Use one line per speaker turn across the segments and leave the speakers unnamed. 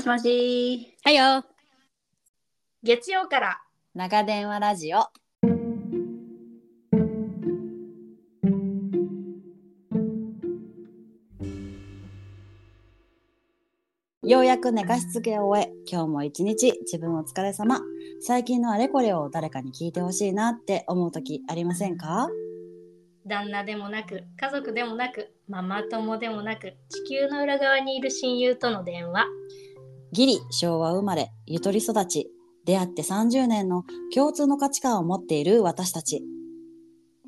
しもし。
はいよ
月曜から。
長電話ラジオようやく寝かしつけを終え今日も一日自分お疲れ様最近のあれこれを誰かに聞いてほしいなって思う時ありませんか
旦那でもなく、家族でもなく、ママ友でもなく、地球の裏側にいる親友との電話。
ギリ昭和生まれゆとり育ち出会って30年の共通の価値観を持っている私たち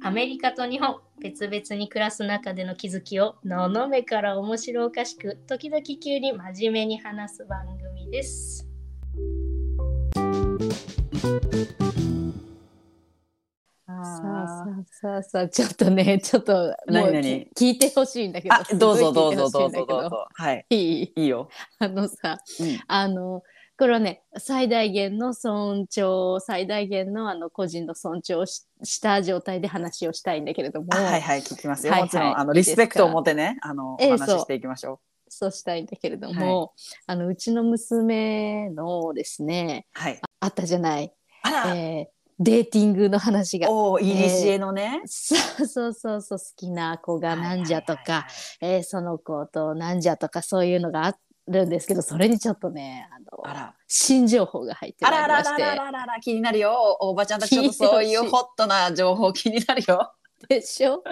アメリカと日本、別々に暮らす中での気づきを、ののめから面白おかしく、時々急に真面目に話す番組です。
あー
さあさあさあちょっとね ちょっとも
何
う
々
き聞いてほしいんだけど
あどうぞどうぞどう
すごい
ぞど
聞いてほしいんだ
う
け
ぞはい
いい
いいよ、
あのさ
うん
あのこれはね最大限の尊重最大限のあの個人の尊重をしした状態で話をしたいんだけれども、
あはいはい聞きますよ、
はいはい
もちろんあの
いいで
リ
す
ス
か
ペクトを持ってねあの、
ええ
お話ししていきましょ
そうしたいんだけれども、あのうちの娘のですね
うはい
あったじゃない、
あ
え
ら、
ーデーティングの話が。
おおいにしえのね、
そうそうそうそう好きな子がなんじゃとか、えーその子となんじゃとかそういうのがあるんですけどそれにちょっとねあの
はいはいはい
新情報が入って
あ
ま
らあ
い
らあら
りまし
あ
て
らあらあらあら気になるよおおばちゃんたちちょっとそういうホットな情報気になるよ
でしょ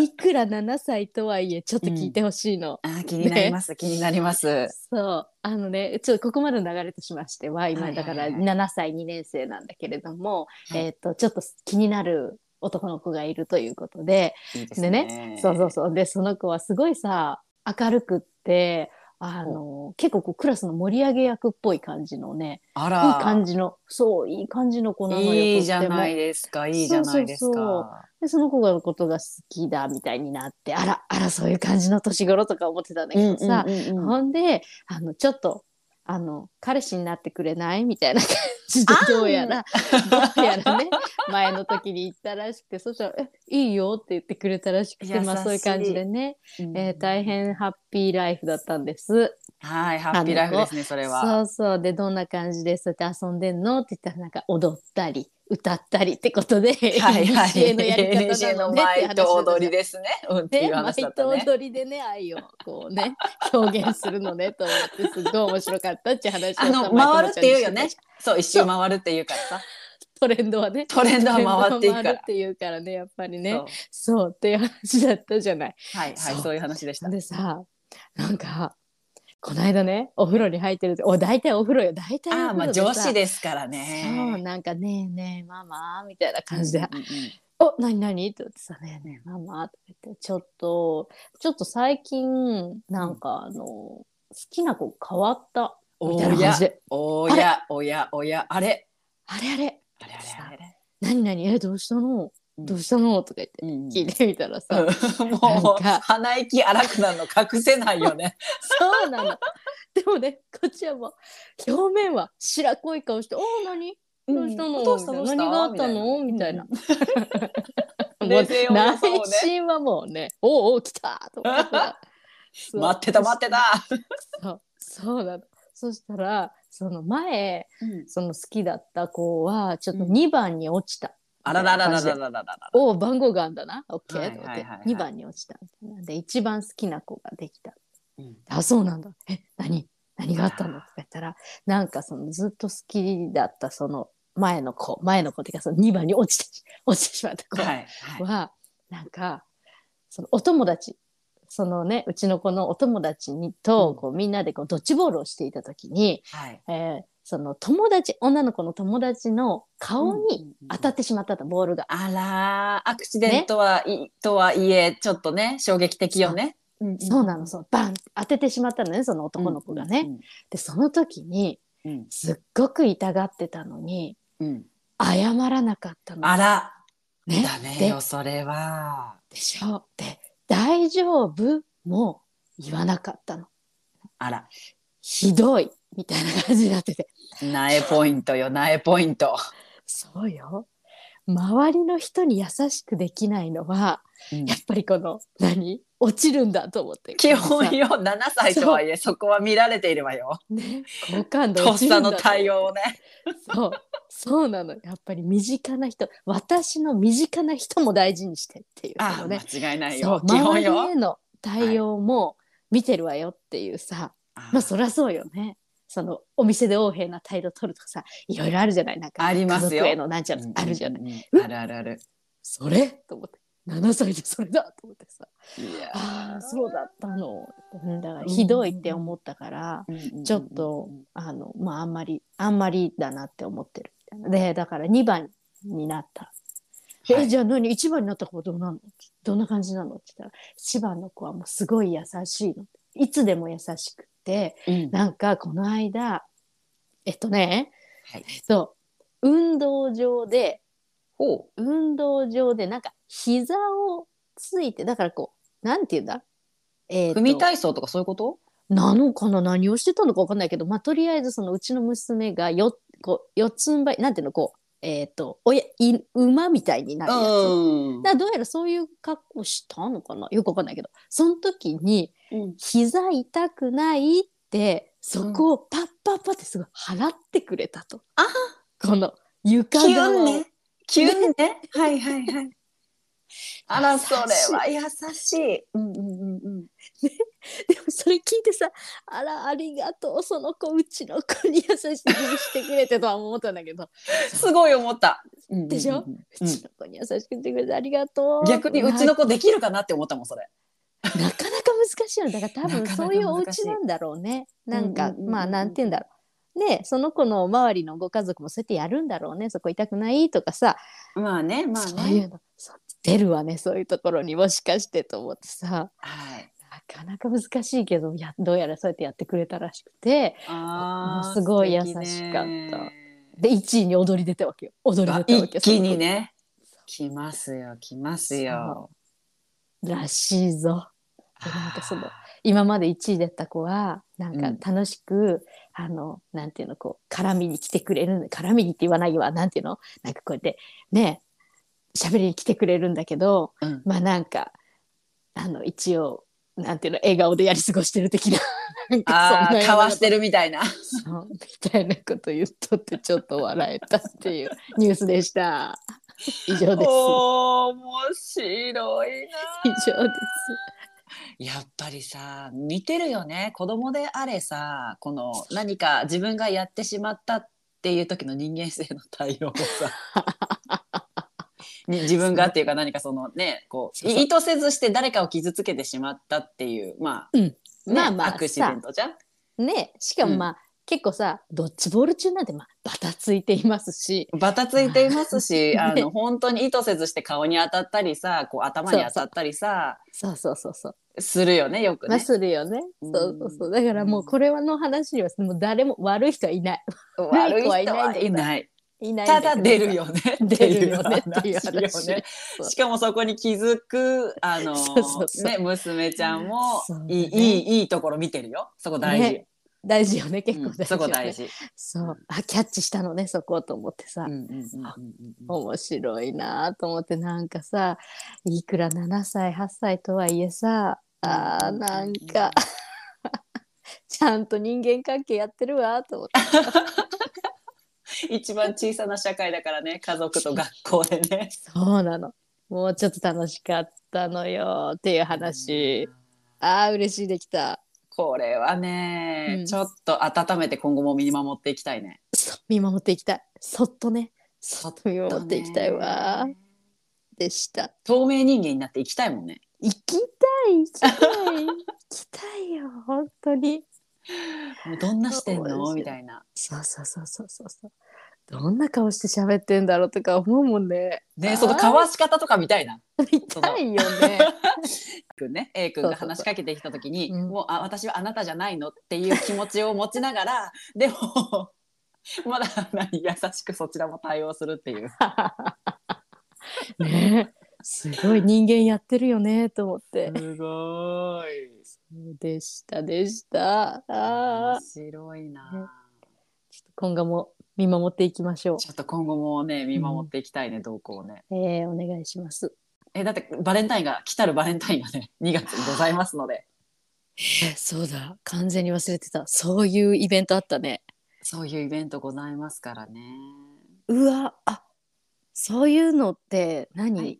いくら7歳とはいえちょっと聞いてほしいの、
あー気になります、気になります
そうあのねちょっとここまでの流れとしましては今
はいは
だ
いは
か
い
ら7歳2年生なんだけれども、
はい
えっとちょっと気になる男の子がいるということで、
いいで
でね、そうそうそう。で、その子はすごいさ、明るくって、あの、結構こうクラスの盛り上げ役っぽい感じのね、
あ
い
ら
い感じの、そう、いい感じの子なのよ。
いいじゃ
とっても
ないですかいいじゃないですか
そうそうで、その子のことが好きだみたいになって、あら、あら、そういう感じの年頃とか思ってたんだけどさ、
うんうんうん
ほんで、あの、ちょっと、あの、彼氏になってくれないみたいな感じで
あ、ー
どうやら、どうやらね、前の時に行ったらしくて、そしたら、え、いいよって言ってくれたらしくて、まあ
優しい
そういう感じでね、えー大変ハッピーライフだったんです。
はいハッピーライフですねそれは
そうそう。で、どんな感じでそうやって遊んでんのって言ったら、なんか踊ったり、歌ったりってことで、
はいはい
NCA のやり
NCA
方な
の
のね
舞
って話
と
を
踊りですねうんってい
ね、
う
毎
話だった
度
ね
踊りでね愛をこ うね表現するのねと思ってすっごい面白かったって話を
あの
さ
回
前
る
友
っ
ち
て
ゃん
言う
にして
よ
た
ねそう一周回るっていうからさ
トレンドはね
トレンドは回っていくか
トレンドは回る
ら
っていうからねやっぱりね
そ
そう
う
っていう話だったじゃない
はいはい
そう
そういう話でした
でさなんかこの間ねお風呂に入ってるお大体お風呂よ大体お風呂
ああまあ
でさ
女子ですからね
そうなんか「ねえねえママ」みたいな感じ
う
で
んうんうん
お、なになにって言ってさ、ねえねえ、ママって言って、ちょっと、ちょっと最近、なんかあの、好きな子変わった。み
お
たいな
や
感じで。
おやおやおやあれ
あれ
あ
あれ、
れあれあれ
なになに、え、どうしたの
うん
どうしたのとか言って、
うんうん
聞いてみたらさ、
うん もう
なんか
鼻息荒くなるの隠せないよね。
そうなの。でもね、こっちはもう、表面は白濃い顔して、おなに どうしたの、
ん
みたいな何があったのみたいな。。 も
冷
う
静を装
内
うね
心はもうね、おうおう、来たとかさ そう
待ってた待ってた。
そうそうなの。そしたらその前その好きだった子はちょっと
うん
2番に落ちた。
あららららららららら。
おお番号があんだな。オッケ
はい
ーと思
はい
って
はいはい
2番に落ちたみたいなんで一番好きな子ができた。
うん
あそうなんだ。え何何があったのとか言ったらなんかそのずっと好きだったその前の子前の子っていうかその2番に落ちて落ちてしまった子。
はいはい。
はなんかそのお友達そのねうちの子のお友達にと、
うん
こうみんなでこうドッジボールをしていた時に、
はい。
えーその友達女の子の友達の顔に当たってしまったと、ボールが。
あらーアクシデントはいとはいえちょっとね衝撃的よね。
そうなのそうバンって当ててしまったのねその男の子がね。でその時に
うん。うん
すっごく痛がってたのに
うん。
謝らなかったの。
あら
ね
だめ
で
よそれは。
でしょで「大丈夫?」も言わなかったの。
あら
ひどいみたいな感じになってて
苗ポイントよ苗ポイント。
そうよ。周りの人に優しくできないのはやっぱりこの何落ちるんだと思って
基本よ7歳とはいえそこは見られているわよ
ね好感度
とっ
落ちる
さ
んだ
の
と
対応をね
そうそうなのやっぱり身近な人私の身近な人も大事にしてっていうこ
あ
の
あ
ね
間違いない
そ
よ
う
基本
周り
よ
への対応も見てるわよっていうさ、まあそりゃそうよね。そのお店で横柄な態度取るとかさいろいろあるじゃないなんか
ありますよ
家族へのなんちゃらあるじゃない、
ない
うん
あるあるある
それと思って7歳でそれだと思ってさ
いや
ああそうだったの、うん、だからひどいって思ったから、ちょっとあのまああんまりあんまりだなって思ってるみたいなでだから2番になったで、
はい
えじゃあ何1番になった子はどうなのどんな感じなのって言ったら1番の子はもうすごい優しいのいつでも優しくて
うん
なんかこの間えっとね
はい
えっと運動場で
ほ
運動場でなんか膝をついてだからこうなんて言うんだえ
う
ーと
組体操とかそういうこと
なのかな何をしてたのか分かんないけど、まあ、とりあえずそのうちの娘がよこう四つん這いなんていうのこうえっ、とおやい馬みたいになるやつ、
うん
だからどうやらそういう格好したのかなよく分かんないけどその時に膝痛くないってそこをパッパッパってすごい払ってくれたと、
あ
この床
キ
側
ュ
を
ンねキュンねはいはいはい あらそれは優しいうんうんうんうん
でもそれ聞いてさ「あらありがとうその子うちの子に優しくしてくれて」とは思ったんだけど
すごい思った
でし
うん
ょ
うん
うちの子に優しくしてくれてありがとう。
逆にうちの子できるかなって思ったもんそれ
ななかなか難しいのだから多分
なかなか難しい
そういうお家なんだろうね。なんか、
うんうんうんうん
まあなんて言うんだろう。ねその子の周りのご家族もそうやってやるんだろうねそこ痛くないとかさ、
まあねまあ
そうい
ね
うのそう出るわねそういうところにもしかしてと思ってさ
はい
なかなか難しいけどやどうやらそうやってやってくれたらしくて
あー
もうすごい優
素敵ね
しかったで1位に踊り出たわけよ踊り
あ
出たわけ
一
よ
気にね来ますよ来ますよ
その子らしいぞ。でなんかその今まで1位だった子はなん
う
か
ん
楽しく、あのなんていうのこう絡みに来てくれる絡みにって言わないわなんていうのなんかこうやってね喋りに来てくれるんだけど、
うん
まあなんかあの一応なんていうの笑顔でやり過ごしてる的な なんか
あ
そん
あ
な
かわしてるみたいな
そうみたいなこと言っとってちょっと笑えたっていうニュースでした。以上で す。
おー面 白い
以
な
上です。
やっぱりさ似てるよね子供であれさこの何か自分がやってしまったっていう時の人間性の対応を さに自分がっていうか何かそのねこう
そうそう
意図せずして誰かを傷つけてしまったっていうまあ、
うん
ね
まあまあ
アクシデントじゃん
ねしかもまあ、結構さドッジボール中なんてまあバタついていますし
バタついていますし、
ね
あの本当に意図せずして顔に当たったりさこう頭に当たったりさ
そうそうそうそう、
するよねよく
まあ
ね。
するよね、
うん
そうそうそうだからもうこれはの話にはもう誰も悪い人はいない
悪い人
悪い子はい
は
ない
いない。
いないん
た
けど
だ出るよね
出るよねっていう
っていう
話
話よねしかもそこに気づくあの
そうそうそう
ね娘ちゃんも
そうだね
いいいいいいところ見てるよそこ大事、
ね大事よね結構
うん
大事
そ
よ
こ
ね、
大事、
そうあキャッチしたのねそこと思ってさ、
うんうんうんうんうん
面白いなと思ってなんかさいくら7歳8歳とはいえさあーなんかちゃんと人間関係やってるわと思って
一番小さな社会だからね家族と学校で ね
そうなのもうちょっと楽しかったのよっていう話あー嬉しいできた
これはね、
うん
ちょっと温めて今後も見守っていきたいね
そう見守っていきたいそっとねそっと見守っていきたいわ
ね
でした
透明人間になっていきたいもんね
行きたい行き たい行きたいよ本当に
もうどんなしてん
そうです
の
よ
みたいな
そうそうそうそうそうそう。どんな顔して喋ってんだろうとか思うもんね。
ねそのかわし方とかみたいな
見たいよね。
くんね A 君が話しかけてきた時に
そうそうそううん
もうあ私はあなたじゃないのっていう気持ちを持ちながら でもまだ何優しくそちらも対応するっていう
ねすごい人間やってるよねと思って。
すごい
そうでしたでした。ああ
面。白いな
ちょっと今後も見守っていきましょう。
ちょっと今後もね見守っていきたいね、動向をね
えー、お願いします。
えだってバレンタインが来たるバレンタインがね2月に ございますので
そうだ、完全に忘れてた。そういうイベントあったね。
そういうイベントございますからね
うわ、あ、そういうのって何、
はい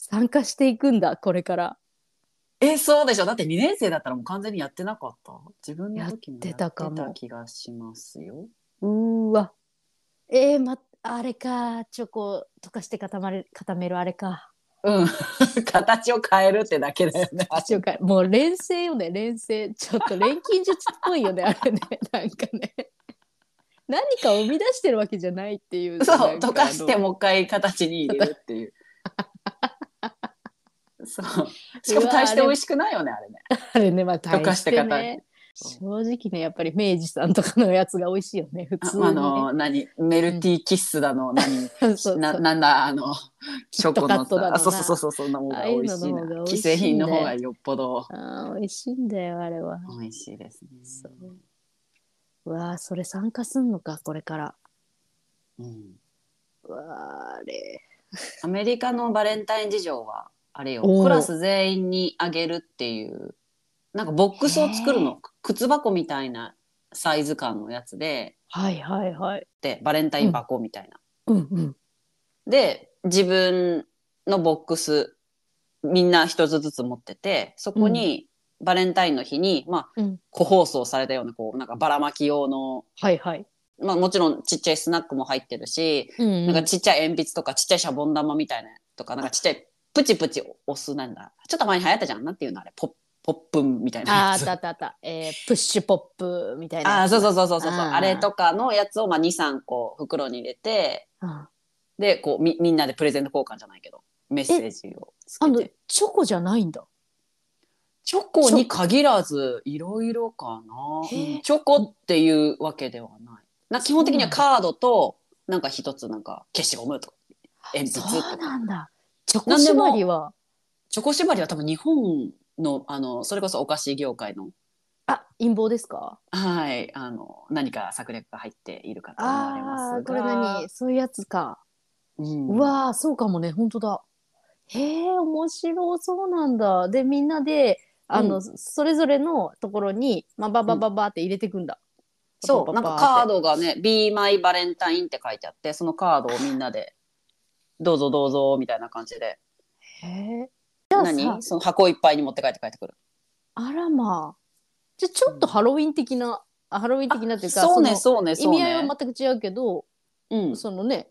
参加していくんだ、これから。
えそうでしょだって2年生だったらもう完全にやってなかった自分の時も
やってたかも
やってた気がしますよ
うーわ。えー、ま、あれか、チョコ溶かして固まる固めるあれ か。
うん 形を変えるってだけだよね
あ違うかもう連成よね、連成。ちょっと錬金術っぽいよ ね、あれね。なんかね。何かを生み出してるわけじゃないっていう。
そ
な
うん
か
溶かして
あの
もう一回形に入れるって いうそうしかも大して美味しくないよねあれね
あれね、まあ、
溶かして固
大
め
ね正直ね、やっぱり明治さんとかのやつが美味しいよね、普
あ
通に、ね。
あの何メルティーキッスだの、何
そうそう
ななんだあのチョコ
キットカ
の
ットだの
さ
な
あそうそうそうそうそんなものが美味しい
ああいうのの方
な
が
既
美味しいね
製品の方がよっぽど
あー美味しいんだよ、あれは。
美味しいですね。
そううわあ、それ参加すんのか、これから。
うん、
うわあ、あれ。
アメリカのバレンタイン事情はあれよ
おー
クラス全員にあげるっていうなんかボックスを作るの靴箱みたいなサイズ感のやつで
はいはいはい。
でバレンタイン箱みたいな。
うんうん。
で自分のボックスみんな一つずつ持っててそこにバレンタインの日に、まあ
うん
個包装されたようなこうなんかばらまき用の、
はいはい。
まあ、もちろんちっちゃいスナックも入ってるし、
うんうん、
なんかちっちゃい鉛筆とかちっちゃいシャボン玉みたいなとかなんかちっちゃいプチプチ押すなんだちょっと前に流行ったじゃんなんていうのあれポッポップンみたいな
あー
や
あ
つ
ったあったあった。えー、プッシュポップみたいな。
あーそうそうそうそうそう
あー
あれとかのやつを、まあ、23個袋に入れて
あ
でこうみみんなでプレゼント交換じゃないけどメッセージをつけ
の
て、
チョコじゃないんだ。
チョコに限らずいろいろかな、
へえ
うんチョコっていうわけではないな基本的にはカードとなんか一つなんか消しゴムとか鉛筆
そう
とか
なんだ。チョコ縛りは。
チョコ縛りは多分日本のあのそれこそお菓子業界の
あ、陰謀ですか
はいあの何か策略が入っているかと思われます
あ
が
あー、これ何そういうやつか。
うん
うわあそうかもね本当だへえ面白そうなんだでみんなであの、
うん
それぞれのところに、まあ、バババババって入れていくんだ、
そうな
バ
ん
バ
か
ババ
カー
って
ドがね「Be My Valentine」って書いてあってそのカードをみんなで「どうぞどうぞ」みたいな感じで
へえじゃあ
何
さ
その箱いっぱいに持って帰って帰ってくる
あらまあじゃあちょっとハロウィン的な、あハロウィン的なっていうか
そうね
の
そうねそう
意
ね
味合いは全く違うけど
うん、
そのね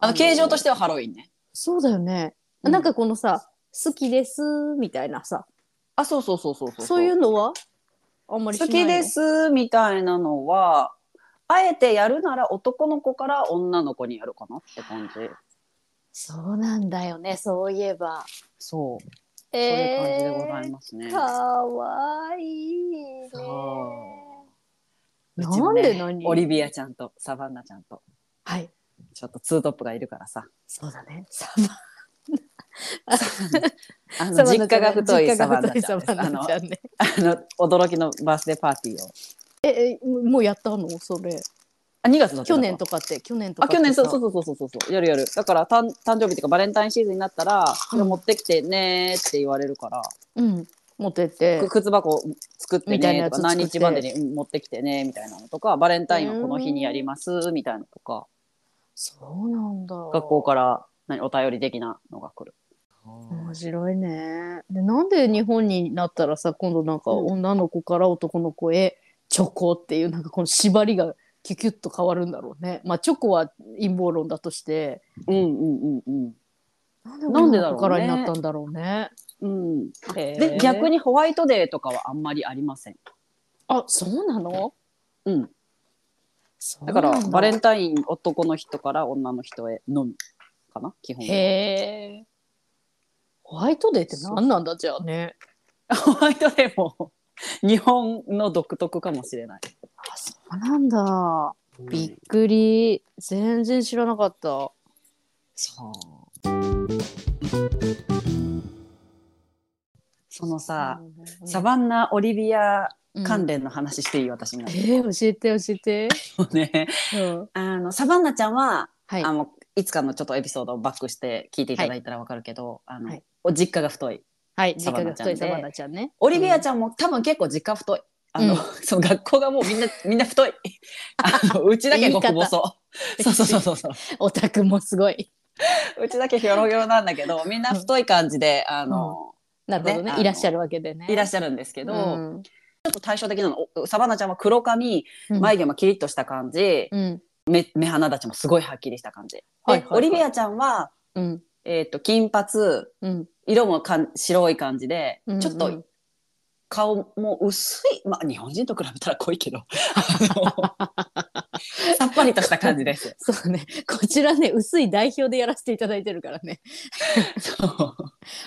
あの形状としててはハロウィンね
そうだよね、
うん
なんかこのさ好きですみたいなさ
あそうそうそうそうそ
そうういうのはあんまりしな
好
い
き
の
ですみたいなのはあえてやるなら男の子から女の子にやるかなって感じ
そうなんだよねそういえば
そう
そう
そういう感じでございますね、
かわいいね。
そうう
なん
ちもね
で何
オリビアちゃんとサバンナちゃんと
はい。
ちょっとツートップがいるからさ
そうだね。
あ
サ
の
バ
実家が太い
実
サ
家
バ
が
ンナ
太い
ちゃん
サ
ですあ
バンナ
の
ちゃんね。
あの驚きのバースデーパーティーを
え、えもうやったのそれ。
あ2月だった
去年とかって、去年と
あ
かって
去
さ。
年そうそうそうそうそうそうやるやるだから誕誕生日っていうかバレンタインシーズンになったら、これ持ってきてねーって言われるから、
うん。持ってって
く。靴箱作って
みた
ね
いなや
ー
つ
と
作
か
って
何日までにうん持ってきてねーみたいなのとかバレンタインはこの日にやりますみたいなのとか
そうなんだ。学
学校から何お便り的なのが来る。
面白いね。で、なんで日本になったらさ、今度なんか
うん
女の子から男の子へチョコっていうなんかこの縛りがキュキュッと変わるんだろうね。まあチョコは陰謀論だとして、
うんうんうん
なんで
なんでだろうね
女の子からになったんだろうね。
うん。うん、
で
で逆にホワイトデーとかはあんまりありません。
あそうなの
うん、
そう
だからバレン
ン
タイン男の人から女の人へのみかな基本は。
へえホワイトデーって何なんだじゃあね
ホワイトデーも 日本の独特かもしれない。
あそうなんだ
び
びっくり全然知らなかった
そう。そのさ、
うん
サバンナ・オリビア関連の話していい私にな
え
る
ー、教えて教えて。
と ね。
うん、
あのサバンナちゃんは、
はい
あ。のいつかのちょっとエピソードをバックして聞いていただいたらわかるけど、あの
はい
お実家が太い。
はい。
サバ
実家
ナ
が
ちゃんで
太いサバナちゃんね。
オリビア
ち
ちゃんも、多分結構実家太い。あの、
うん
その学校がもうみんなみんな 太い。あのうちだけ極細。 そうそうそうそうそう。
ゃん。オタクもすごい。
うちだけひょろひょろなんだけ ど、みんな太い感じであの、
なるほど
ね
ね
あ。の
いらっしゃるわけでね。
いらっ
ゃ
しゃるんですけど、ち
うん
ょっと対照的なの。おサバンナちゃんは黒髪、
うん
眉毛もキリッとした感じ、
うん。
目目鼻立ちもすごいはっきりした感じ。で、
はいはいはい
オリビアちゃんは
うん。
えっ、と金髪。
うん。
色もかん白い感じで、
うん
ちょっと。顔も薄い、まあ、日本人と比べたら濃いけ ど、あのさっぱりとした感じ です。
そうね。こちらね、薄い代表でやらせていただいてるからね。
そう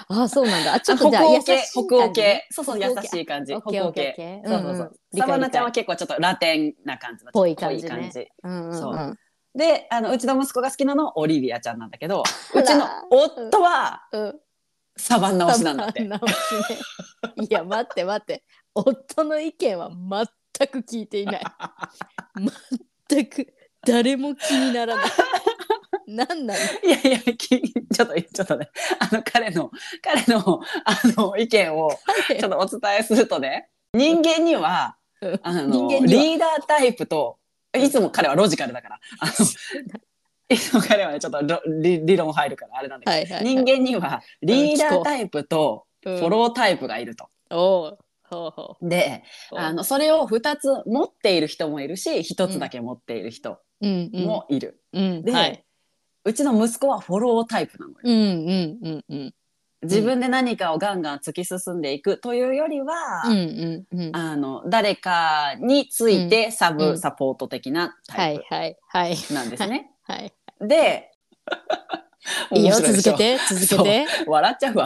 ああ、そうなんだ。あ、ちょっ
北
とじゃあ、
欧系、
い
北欧
感じね
系、そうそう、
北
優
欧系
しい感じ、
オッケ
北
ー
欧
オッケー
系。
オッケー
そうそう
うん
そ
うん
う。サバナちゃんは
理
結構ちょっとラテンな感じの
ぽい感じね
ぽい感じ
うんうん
そ
うん。
で、あのうちの息子が好きなのはオリビアちゃんなんだけど、
あら
うちの夫は
うん。
サバンナ推しなんだって。
直しね。いや待って待って夫の意見は全く聞いていない全く誰も気にならない何なの
いやいや、きちょっと、ちょっとね、あの彼の、彼の、あの意見を。ちょっとお伝えするとね、人間には、
うん
あの
人間には
リーダータイプと、いつも彼はロジカルだから、あ のいつも彼はね、ちょっとろ理理論入るからあれなんだけど、
はいはいはい
人間にはリーダータイプと
う
フ
ん
ォロータイプがいると。
おうほうほ
で、
う
あのそれを2つ持っている人もいるし、1つだけ持っている人
うんうん
もいる。
うん
で、
はいう
ちの息子はフォロータイプなのよ。
うんうんうんうん
自分で何かをガンガン突き進んでいくというよりは、
うんうんうん
あの誰かについてサブ、
うん
サポート的な
は
タ
い
イ
はいはい
プなんですね。
はい
で
いい
面
よ
白で
続
し
け
ょ
て続けて
笑っちゃうわ。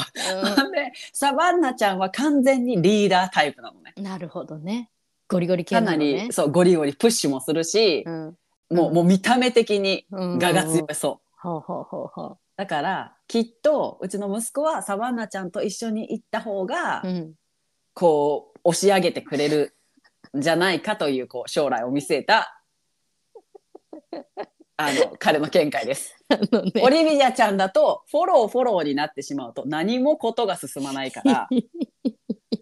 でサバンナちゃんは完全にリーダータイプなのね。
うんなるほどねゴリゴリ系
か
な
な
の
り、
ね
そうゴリゴリプッシュもするし、
うん
もう
うん
もう見た目的に
うん
我が強いそう。
ほうほうほうほ
だからきっとうちの息子はサバンナちゃんと一緒に行った方が、
ううん
こう押し上げてくれるんじゃないかというこう将来を見据え たあの彼の見解です。
あのね
オリビアちゃんだとフォローフォローになってしまうと何もことが進まないから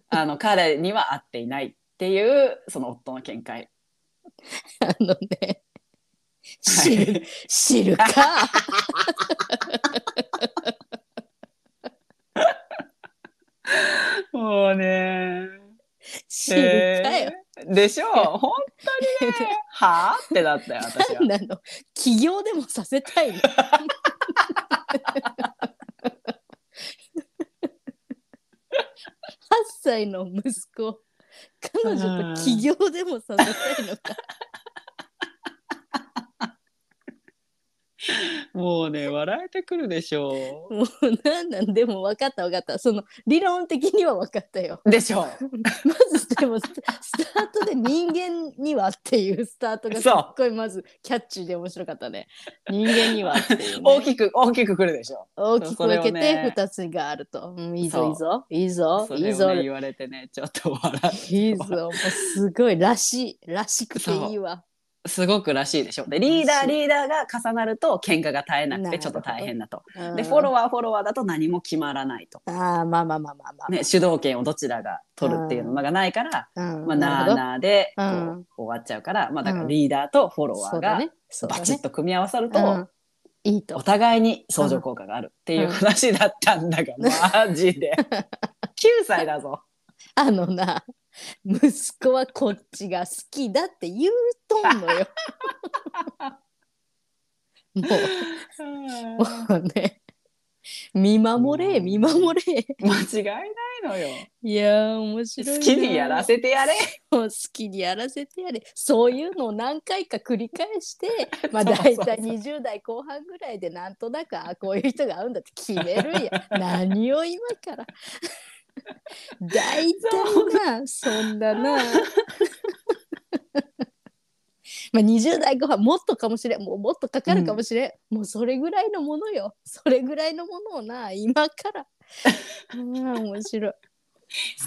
あの彼には合っていないっていうその夫の見解。
あのね、
は
知る、
い、
知るか。
もうね
知るかよ。
えーでしょう本当にねはあってなったよ私は
なの、起業でもさせ たいの。八歳の息子。彼女と起業でもさせたいのか。
もうね笑えてくるでしょ
もう、なんなんでも、分かった、分かった、その理論的には分かったよ。
うでしょ
まずでもススタートで人間にはっていうスタートがす
そ
っ
う
ごいまずキャッチーで面白かったね。人間にはってい
う
う、ね、
大きく大きくくるでしょう
大きく分け
それをね
て2つがあると。うんいい
そう
ぞいいぞいいぞ
それを
いいぞ
ね言われてねちょっと笑
いいぞもうすごいらしいらしくていいわ。
うすごくらしいでしょでリーダ
らし
ー
い
リーダーが重なると喧嘩が絶えなく
な
て
る
ちょ
ほ
っ
ど
と大変だと
うん
でフォロワーフォロワーだと何も決まらないと、
ああまあまあまあまあまあ。
ね、主導権をどちらが取るっていうのがないから、
うん
まあ、な
る
あ
ほど
なあでこう
うん
終わっちゃうから、まあ、だから
うん
リーダーとフォロワ
そ
ー
うだ
が
ね。そう
バ
だ
チッ
ね。
と組み合わさると、
うんいいと
お。互いに相乗効果があるっていう話だったんだが、マジ で9歳だぞ
あのな息子はこっちが好きだって言うとんのよ。もうもうね見守れ見守れ
間違いないのよ
いやー面白いな
好きにやらせてやれ
もう好きにやらせてやれそういうのを何回か繰り返 してまあ
そうそう
大
そう
体20代後半ぐらいでなんとなくあこういう人が合うんだって決めるんや 何を今から大体なそんなな まあ20代後半もっとかもしれんもうもっとかかるかもしれん、もうそれぐらいの ものよそれぐらいのものをな今からうん面白い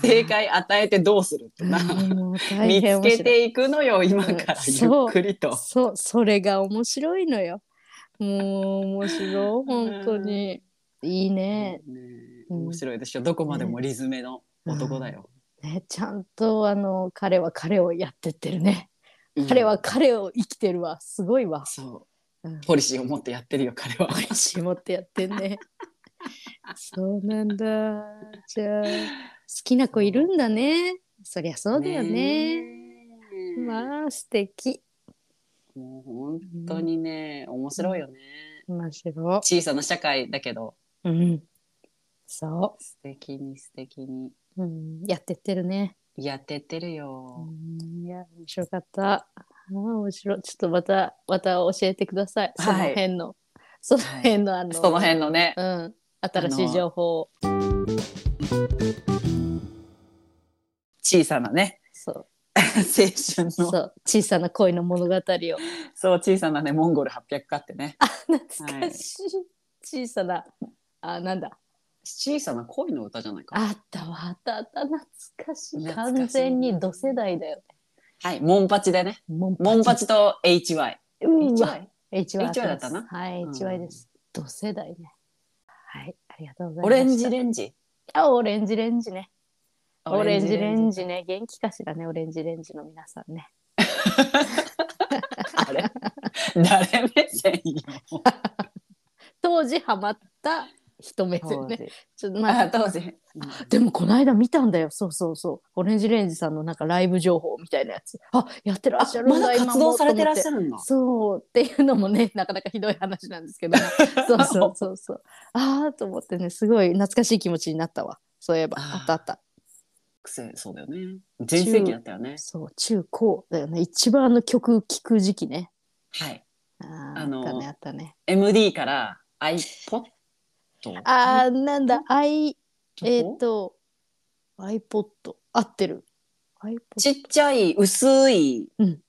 正解与えてどうするとか、
もう大
見
変
つ
面
け
白い
ていくのよ今からゆ
そう
っくりと。
そうそれが面白いのよ もう面白い本当にいいね
ね面白いでしょどこまでもリズメの男だよ。
ねちゃんとあの彼は彼をやってってるね
うん
彼は彼を生きてるわすごいわ
そううんポリシーを持ってやってるよ彼は。
美味しいもってやってん ねそうなんだじゃあ好きな子いるんだねそりゃそうだよね
ね
まあ素敵
もう本当にね面白いよね。
面白
小さな社会だけど
いうんそ
素敵に素敵に
う、うん、やってってるね
やってってるよ。
うんいや面白かった。あー面白い。ちょっとまたまた教えてください。その
はい
辺の、その辺のあの、
その辺のね
うん新しい情報を
小さなね
そう
青春
そ
の
う小さな恋の物語を懐
そう小さなねモンゴル800かってね
かしい、小さなあなんだ
小さな恋の歌じゃないか。
あったわあったあった懐かしい
懐かしい
完全に同世代だよね。
はいモンパチでね
モン
モンパチと HY。
うわ
HY
HY です
HY だったな
はい
うん
HY です。同世代ね。はいありがとうございます。
オレンジレンジ。
あオレンジレンジね。オレンジレンジね。元気かしらね、オレンジレンジの皆さんね。
あれ 誰目線よ。
当時ハマった人目線ね。ちょっとま
あ
あ、
当時。
でもこの間見たんだよ。そうそうそう。オレンジレンジさんのなんかライブ情報みたいなやつ。あ、やってらっしゃるんだ
まだ活動されてらっしゃ
る
るんだ。
そうっていうのもね、なかなかひどい話なんですけど、 そうそうそうそう。ああと思ってね、すごい懐かしい気持ちになったわ。そういえば、
あ
あ
ー
ったあった。
癖そうだよね。全盛期だったよね。
そう、中高だよね。一番あの曲聴く時期ね。
はい。
あー
あのー
あったね、あったね。
MD から iPod。
あーなんだ、i、えっ、
どこ
と、iPod、合ってる。
ち
iPod。
っちゃい薄い。
うん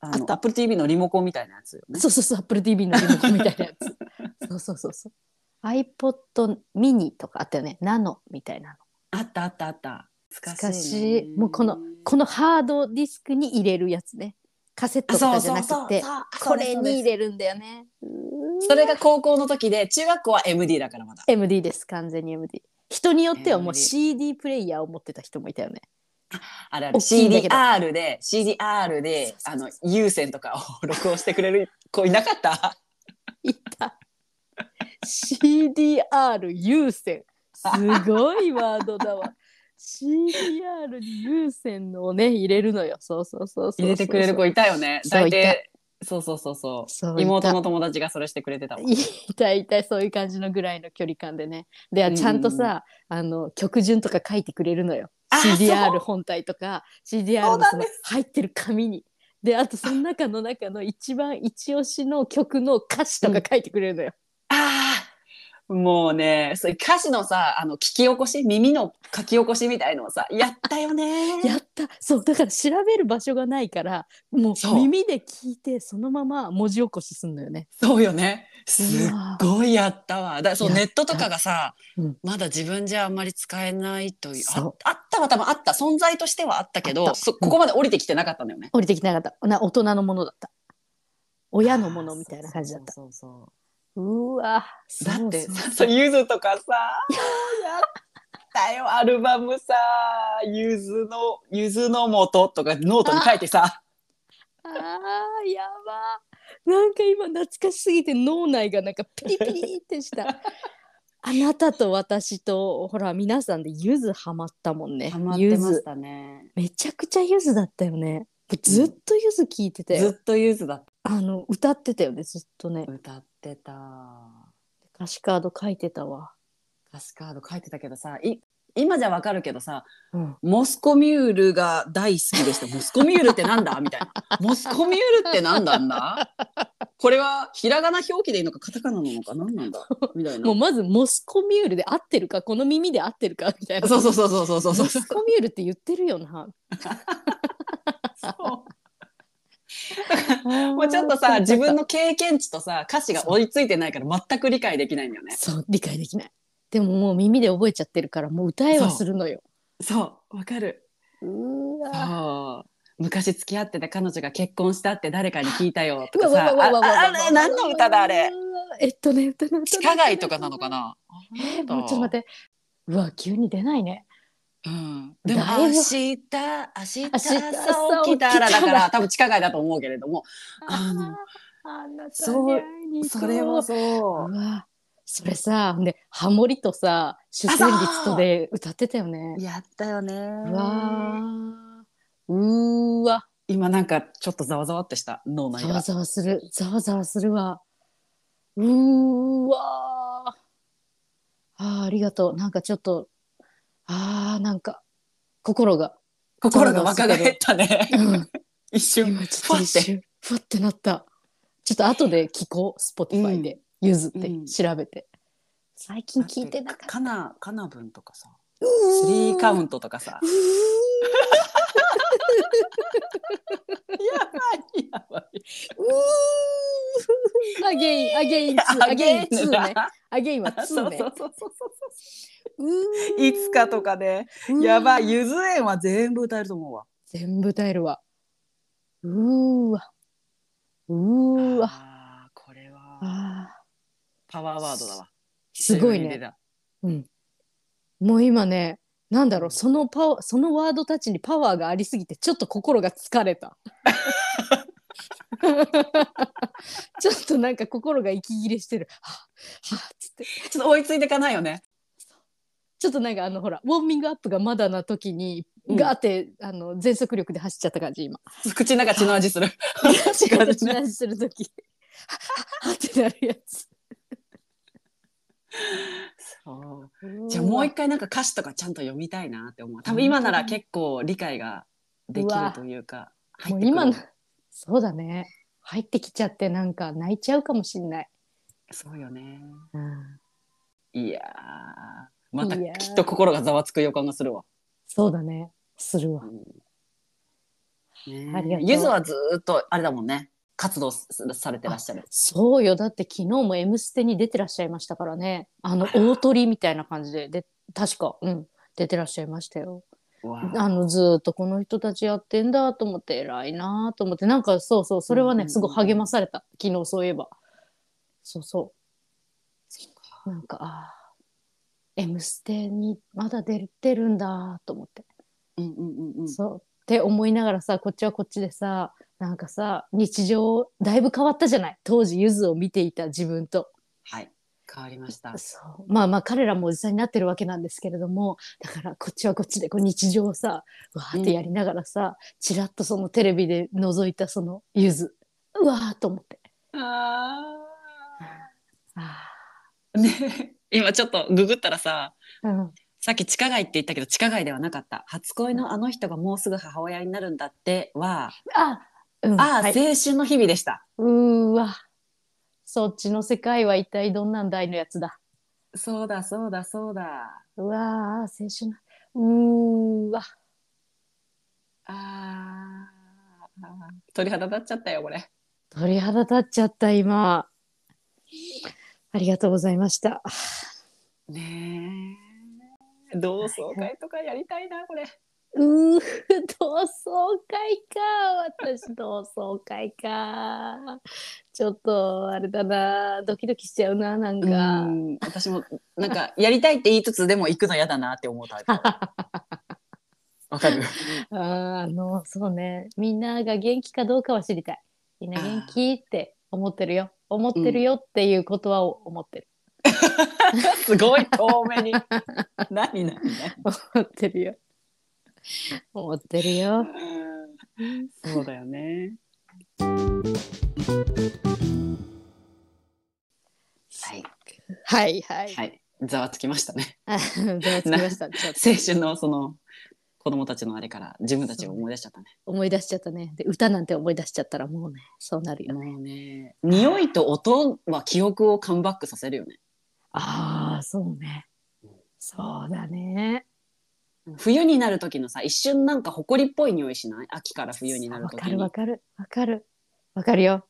あ
あっ
の
た
アップル TV のリモコンみたいなやつよね。
そうそうそう、Apple TV のリモコンみたいなや つ。そうそうそうそう。iPod mini とかあったよね。ナノみたいなの。
あったあったあった。懐
懐
か
か
しい
し
ね
い。もうこの、このハードディスクに入れるやつね。カセッ
あ
トと
そ
か
う
じゃ
そう
な
そう
くて、
そ
こ
うです
れ
そうです
に入れるんだよね。うーん
それが高校の時で中学校は MD だからまだ
MD です、完全に MD。人によってはもう
MD
CD プレイヤーを持ってた人もいたよね。
あれあれ
大きいんだけど
CDR で CDR であの有線とかを 録音してくれる子いなか った
いた。CDR 優先。すごいワードだわ。CDR に優先のをね、入れるのよ。そうそうそうそうそう。
入れてくれる子いたよね
そう
大
いた
抵そうそうそうそう
そういた
妹の友達がそれしてくれてたわ
いたいたそういう感じのぐらいの距離感でねで
うん
ちゃんとさ、あの曲順とか書いてくれるのよ
あー
CDR 本体とか CDR
そう
の
な
そ
ん
の
です
入ってる紙にであとその中の中の一番一押しの曲の歌詞とか書いてくれるのよ、
あーもうねそう歌詞のさあの聞き起こし耳の書き起こしみたいのをさやったよね
やったそうだから調べる場所がないからも
そう
う耳で聞いてそのまま文字起こしすんのよね。
そうよねすっ
うわ
ごいやったわだからそう
やっ
ネ
た
ットとかがさ、
うん
まだ自分じゃあんまり使えないという
そう
ああったは多分あった存在としてはあったけ
あっ
ど
た
そここまで降りてきてなかったんだよね、
降りてきなかったな大人のものだった親のものみたいな感じだった。
そうそう
うわ
そうだって
そう
さ
そう
そうゆずとかさやったよアルバムさゆずのゆずのもととかノートに書いてさ
あーやばなんか今懐かしすぎて脳内がなんかピリピリってした あなたと私とほら皆さんでゆずハマったもんねゆず
たね
めちゃくちゃゆずだったよねずっとゆず聞いてたよ、
ずっとゆずだっ
あの歌ってたよねずっとね
た歌ってた
歌詞カード書いてたわ、
歌詞カード書いてたけどさい今じゃわかるけどさ
うん、
モスコミュールが大好きでした。モスコミュールってなんだみたいな。モスコミュールってなんだんだこれはひらがな表記でいいのかカタカナなのか何なんだみたい
も
な
う。まずモスコミュールで合ってるかこの耳で合ってるかみたいな
そうそうそうそうそうそうそう
モスコミュールって言ってるよな
もうちょっとさ自分
の
の経験値とさ歌詞が追いついてないから全く理解できないんだよね。
そう理解できないでももう耳で覚えちゃってるからもう歌えはするの よ。
そうわかる
うわ
そう昔付き合ってた彼女が結婚したって誰かに聞いたよと
うわ
か
うわ
さ
うわうわうわう
あ
わ
あれ何の歌だあれ。
えっとね歌の歌の
地下街とかなのかな
えーもうちょっと待って。うわ急に出ないね。
うん、でも
だいぶ
明日明日朝
明日朝
起
起
き
き
た
た
ら
ら
だから多分地下街だと思うけれどもあの
あなた
そう
に会いに行こう
それはそうう
わそれさほんでハモリとさ主旋律とで歌ってたよね。
やったよね
うわーうーわ
今なんかちょっとざわざわってした脳内
ざわ
が
ざわするざわざわするわうーわーあーありがとうなんかちょっとあーなんか心が、
心が若返った
う
ね
ん、
一瞬
今ちょっと一
ふわ
瞬ふわってなったちょっと後で聞こう Spotify で、ゆずって、
うん
調べて最近聞いてなかった
かなかなぶんとかさスリ
う
ー
ー
カウントとかさ
うー
やばい やばいう
ーアゲインアゲイン2アゲイン2ねアゲインは
あそ
2
う
ね
そうそうそうそう
ー
ういつかとかで
うー
やばいゆず園は全部歌えると思うわ
全部歌えるわうーわうーわ
あーこれは
あー
パワーワードだわ
すご
久
い
しぶり
ね
だ
うんもう今ねなんだろうそのパワーそのワードたちにパワーがありすぎてちょっと心が疲 れた ちょっとなんか心が息切れしてるはあはあっつって
ちょっと追いついていかないよね。
ちょっとなんかあのほらウォーミングアップがまだな時に、
うん
ガーってあの全速力で走っちゃった感じ今
口の中血の味する。
足が立ちなしする時はっはっはっってなるやつ
そうじゃあもう一回なんか歌詞とかちゃんと読みたいなって思う。多分今なら結構理解ができるというか。入
も
ってく
う
る
今のそうだね入ってきちゃってなんか泣いちゃうかもしんない、
そうよね。
うん、
いやーまた
いやー
きっと心がざわつく予感がするわ。
そうだねするわ
ね
ありがとう
ゆずはずーっとあれだもんね。活動すされてらっしゃる。
そうよだって昨日も「M ステ」に出てらっしゃいましたからねあの大鳥みたいな感じでで確かうん出てらっしゃいましたよ
うわー
あのずーっとこの人たちやってんだと思って偉いなと思ってなんかそうそうそれ
う
は
んうんうん
ねすごい励まされた昨日そういえばそうそう
そうか
なんか、あー M ステにまだ出てるんだと思って、
うんうんうんうん。
そうって思いながらさ、こっちはこっちでさ、なんかさ、日常だいぶ変わったじゃない当時ゆずを見ていた自分と。
はい。変わりました。
そう。まあまあ彼らもおじさんになってるわけなんですけれども、だからこっちはこっちでこう日常をさ、わーってやりながらさ、ちらっとそのテレビで覗いたそのゆず。うわーと思って。
あ
あ
ーね今ちょっとググったらさ。
ーうん、
さっき地下街って言ったけど地下街ではなかった初恋のあの人がもうすぐ母親になるんだっては、
あ、うん、
ああ、
はい
青春の日々でした
うーわ。そっちの世界は一体どんなんだいのやつだ。
そうだそうだそうだ
うわー、青春な。うーわ。
あーあー鳥肌立っちゃったよこれ
鳥肌立っちゃった、今。ありがとうございました。
ねえ同窓会とかやりたいなこれ
うー、同窓会か。私、同窓会か。ちょっと、あれだな。ドキドキしちゃうな、なんか。
うん私もなんかやりたいって言いつつでも行くの嫌だなって思うタ イプわかる
あーあの、そうね。みんなが元気かどうかは知りたい。みんな元気って思ってるよ。思ってるよっていうことは思ってる。
すごい遠目 に何何何
思ってるよ。思ってるよ。
そうだよねはい
はい はい。
はい、ざわつきましたね。
あざわつきました。ちょっと
青春のその子供たちのあれから自分たちを思い出しちゃったね。
思い出しちゃったね。で歌なんて思い出しちゃったらもうね、そうなるよね。
もうね、匂いと音は記憶をカムバックさせるよね。
ああ、そうね。そうだね。
冬になる時のさ、一瞬なんか埃っぽい匂いしない？秋から冬になる
わ
時
か
に。
るわ
わか
かるわかるわかるよ。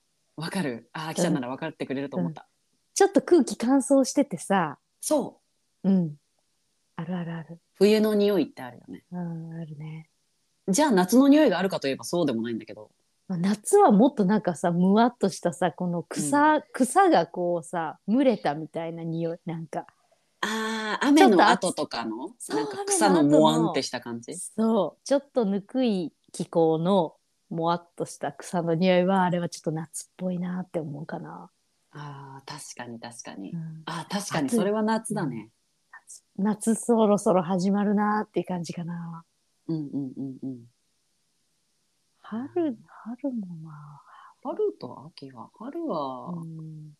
る。ああ、秋ちゃんなら分かってくれると思った。
ちょっと空気乾燥しててさ、
そ
うん。あるあるある。
冬の匂いってあるよね。
うん、あるね。
じゃあ夏の匂いがあるかといえばそうでもないんだけど。
まあ夏はもっとなんかさ、むわっとしたさ、この草、草がこうさ、蒸れたみたいな匂い、なんか。
ああ、雨
ちょっと
の
暑
後とかの、
そう
なんか草の
雨の後の
もわんってした感じ。
そう。ちょっとぬくい気候の、もわっとした草の匂いは、あれはちょっと夏っぽいなって思うかな。
ああ、確かに確かに
う。ん
ああ、確かにそれは夏だね。
夏そろそろ始まるなっていう感じかな。
うんうんうんうん。
春、春もな。
春と秋は、春は、
うん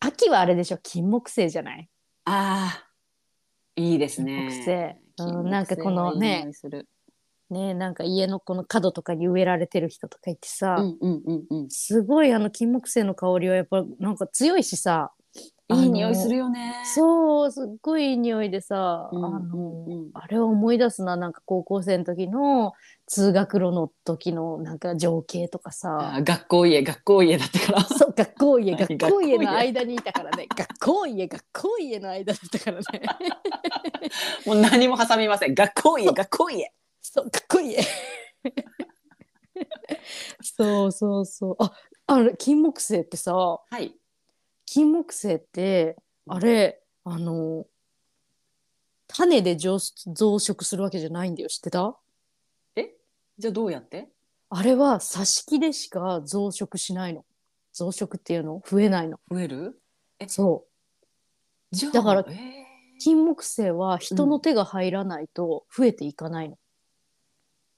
秋はあれでしょ、金木犀じゃない
ああ、いいですね。
金木犀うんなんかこのね
金木犀はいい匂いする
ねえなんか家のこの角とかに植えられてる人とかいてさ、
うんうんうんうん。
すごいあの金木犀の香りはやっぱなんか強いしさ
いい匂いする
よ
よね。
そうすっごいいい匂いでさ、
うん
あ
う
の
んうん
あれを思い出すななんか高校生の時の通学路の時のなんか情景とか
あ
さ
ー学校家、学校家だったから。
そう学校家
学校
学
家
校家の間にいた からね学校家学校家の間だった からね
もう何も挟みません。学校家、学校家。
そう学校 家そうそうそうああれ金木犀ってさ
はい。
金木犀ってあれあの種で増増殖するわけじゃないんだよ知ってた
え、じゃあどうやって？
あれは挿し木でしか増殖しないの増殖っていうの増えないの
植える？え
そ
じゃあ
だから
えー
う金木犀は人の手が入らないと増えていかないの、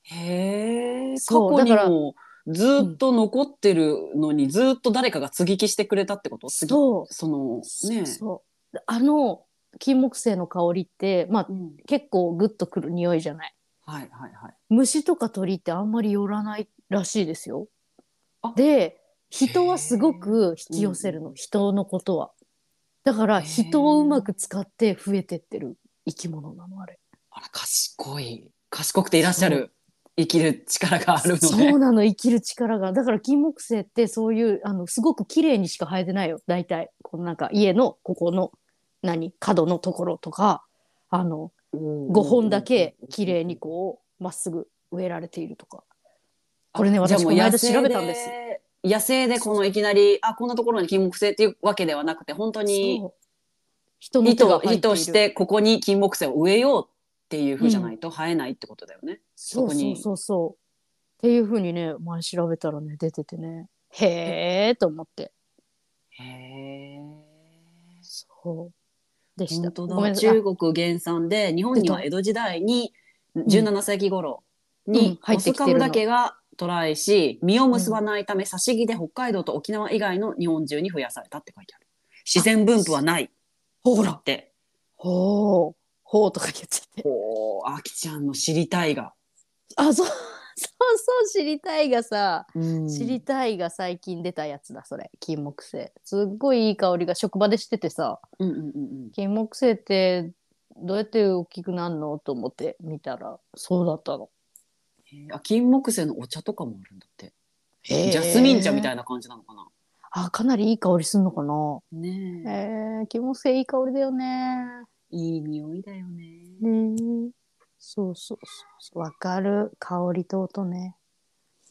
へえ。過
そう
去に
だから
もずっと残ってるのに、ずっと誰かが継ぎ木してくれたってこと？継ぎ
そう
そのね。
そうあの金木犀の香りってまあ
うん。
結構グッとくる匂いじゃない
はいはいはい。
虫とか鳥ってあんまり寄らないらしいですよ
あ。
で人はすごく引き寄せるの、人のことは。だから
へー
人をうまく使って増えてってる生き物なのあれ。
あら賢い。賢くていらっしゃる。生きる力があるので。
そうなの生きる力がだから金木犀ってそういうあのすごく綺麗にしか生えてないよ大体このなんか家のここの何角のところとかあの5
五
本だけ綺麗にこうまっすぐ植えられているとかこれね
あじゃあ
私
も
こ
う
の
野
間
生
調べたんです。
野生でこのいきなりあこんなところに金木犀っていうわけではなくて本当に
そう人の
意
手
図
が入
意
ってい
図
る
してここに金木犀を植えようっていうふうじゃないと生えないってことだよね。
そ
こ
うそ
に
うそうそうっていうふうにね前調べたらね出ててねへえと思って
へ
そうで
え。
した
本当
ごめん
だ。
なさい
中国原産で日本には江戸時代に17世紀頃
うん
に
入
オ
って
ス
きて
カ
る
ム
の
だけが渡来し実を結ばないため差し木で北海道と沖縄以外の日本中に増やされたって書いてある。自然分布はない。ほらって。
ほうほうとか言っちゃって
おー、あきちゃんの知りたいが。
あそうそうそう知りたいがさ、知
知
りたいが最近出たやつだそれ金木犀すっごいいい香りが職場でしててさ
うんうんうん
金木犀ってどうやって大きくなるのと思って見たらそうだったの
うんへー。あ、金木犀のお茶とかもあるんだって。
ジ
ジャスミン茶みた
い
いな感じなのかな。
な。あ、かなりいい香りすんのかな。
ね
ええー、気持ちいい香りだよね。
え、いい匂いだよね。
ね。そうそうそう。わかる。香りと音ね。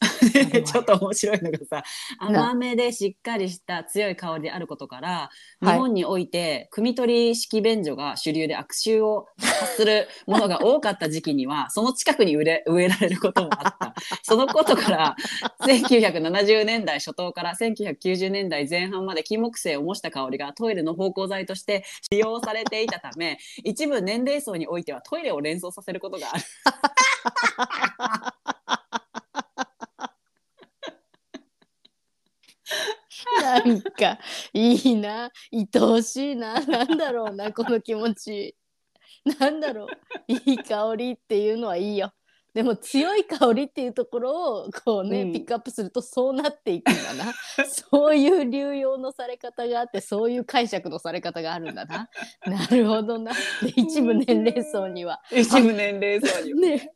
ちょっと面白いのがさ、甘めでしっかりした強い香りであることから、
はい
日本において汲み取り式便所が主流で悪臭を発するものが多かった時期には その近くに植え植えられることもあ ったそのことから1970年代初頭から1990年代前半まで金木犀を模した香りがトイレの芳香剤として 使用されていたため一部年齢層においてはトイレを連想させることがある。
なんか、いいな。愛おしいな。なんだろうな、この気持ち。なんだろう。いい香りっていうのはいいよ。でも強い香りっていうところをこうね、
うん
ピックアップするとそうなっていくんだなそういう流用のされ方があってそういう解釈のされ方があるんだななるほどなで一部年齢層には
一部年齢層 には
ね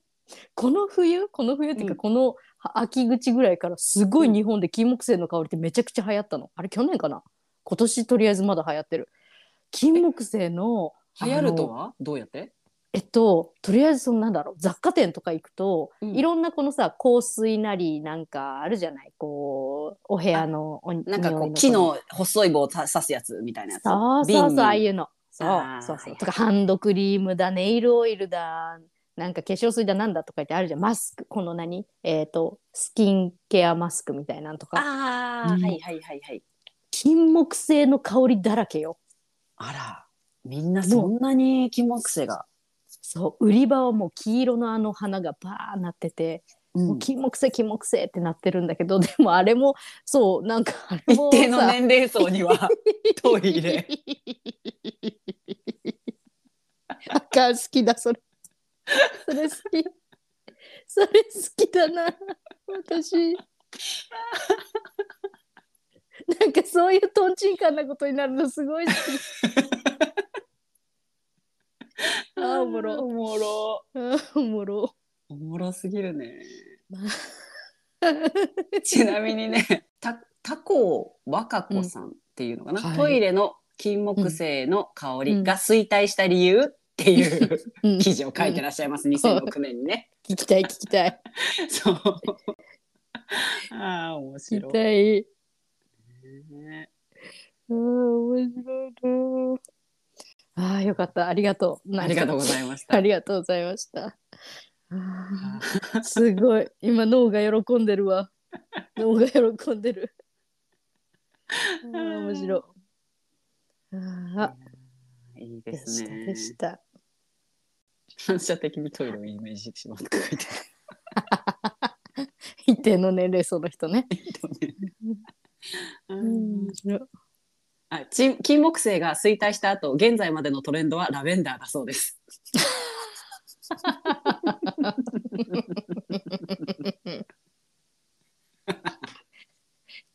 この冬この冬っていう
う
か
ん
この秋口ぐらいからすごい日本で金木犀の香りってめちゃくちゃ流行ったのあれ去年かな今年とりあえずまだ流行ってる金木犀の
流行ると
あの
はどうやって
えっととりあえずそのなんだろう雑貨店とか行くと、
うん
いろんなこのさ香水なりなんかあるじゃないこうお部屋のお
なんかこう木
機能
の細い棒を刺すやつみたいなやつ。。
そうそうそうああいううのそう
あー
そうそ
はいう
とかハンドクリームだネイルオイルだなんか化粧水だなんだとか言ってあるじゃんマスクこの何えっ、とスキンケアマスクみたいなのとか
ああ、
うん
はいはいはいはい。
金木犀の香りだらけよ
あら、みんなそんなに金木犀が。
そう売り場はもう黄色のあの花がバーなってて
うん
もう金木犀金木犀ってなってるんだけどでもあれもそうなんかあれ
一
も
定の
さ
年齢層には トイレ。
あかん好きだそれそれ好きそれ好きだな私なんかそういうとんちんかんなことになるのすごい 好きあおもろ
おもろ。
あーおもろ
おもろすぎるね。 ちなみにね、たタコ和歌子さんっていうのかな、
うんはい
トイレの金木犀の香りが衰退した理由っていう
うん
記事を書いてらっしゃいます、2006年にね。
聞きたい聞きたい
そう。 ああ、面
聞
白い、
きたい
ね。
うん面白いなあーよかったありがとう
ありがとうございました
あ。りがとうございました。あーすごい。今脳が喜んで るわ。脳が喜んでる。あー面白い。あ
いい
ー
で
でし
す
た
ね
で。した。
反射的にトイレをイメージしてしまった書いてあ
一定の年齢層の人ね。
るけど
う
ね。
ん、面白い
あ、ち金木犀が衰退した後、現在までのトレンドはラベンダーだそうです。
愛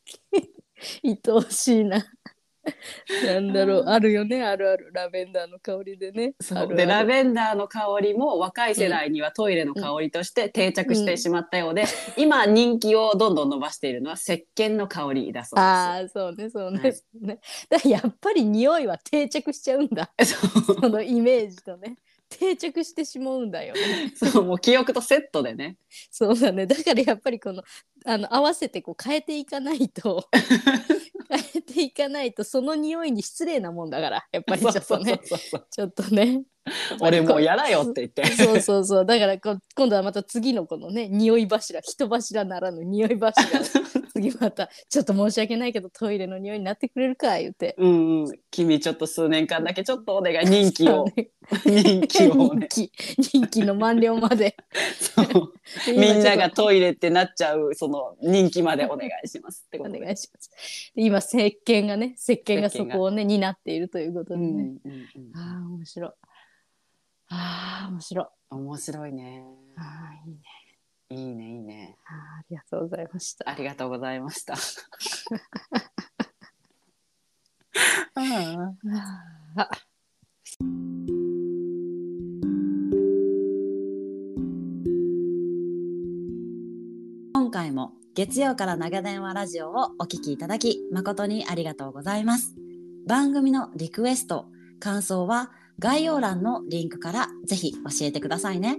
おし いな。なんだろう。あるよね。あるある。ラベンダーの香りでね。あるある
でラベンダーの香りも若い世代にはトイレの香りとして定着してしまったようで、今人気をどんどん伸ばしているのは石鹸の香りだそう
ああ、そうね、そうね。そうねだからやっぱり匂いは定着しちゃうんだ。
です。そう
このイメージとね定着してしまうんだよね。
そうもう記憶とセットでね。
そうだね。だからやっぱりこのあの合わせてこう変えていかない と変えていかないとその匂いに失礼なもんだからやっぱりちょっと ね
そうそうそうそう
ちょっとね
俺もうやだよって言って。
そうそうそうだからこ今度はまた次のこのね匂い柱人柱ならぬ匂い 柱を次またちょっと申し訳ないけどトイレの匂いになってくれるか言って。
うんうん、君ちょっと数年間だけちょっとお願い人気を
人
人気をね
気人気の満了まで
そう みんながトイレってなっちゃうその人気までお願いしますってこ
お
と
願
で
いします。で今石鹸がね石鹸がそこをね担っているということ
う
で
ん
ね。
うんうん
ああ面白い。ああ面白い。
面白いね
ああいいね。
いいねいいね
ああありがとうございました。
ありがとうございましたうん
ああ
今回も月曜から長電話ラジオをお聞きいただき誠にありがとうございます番組のリクエスト感想は概要欄のリンクからぜひ教えてくださいね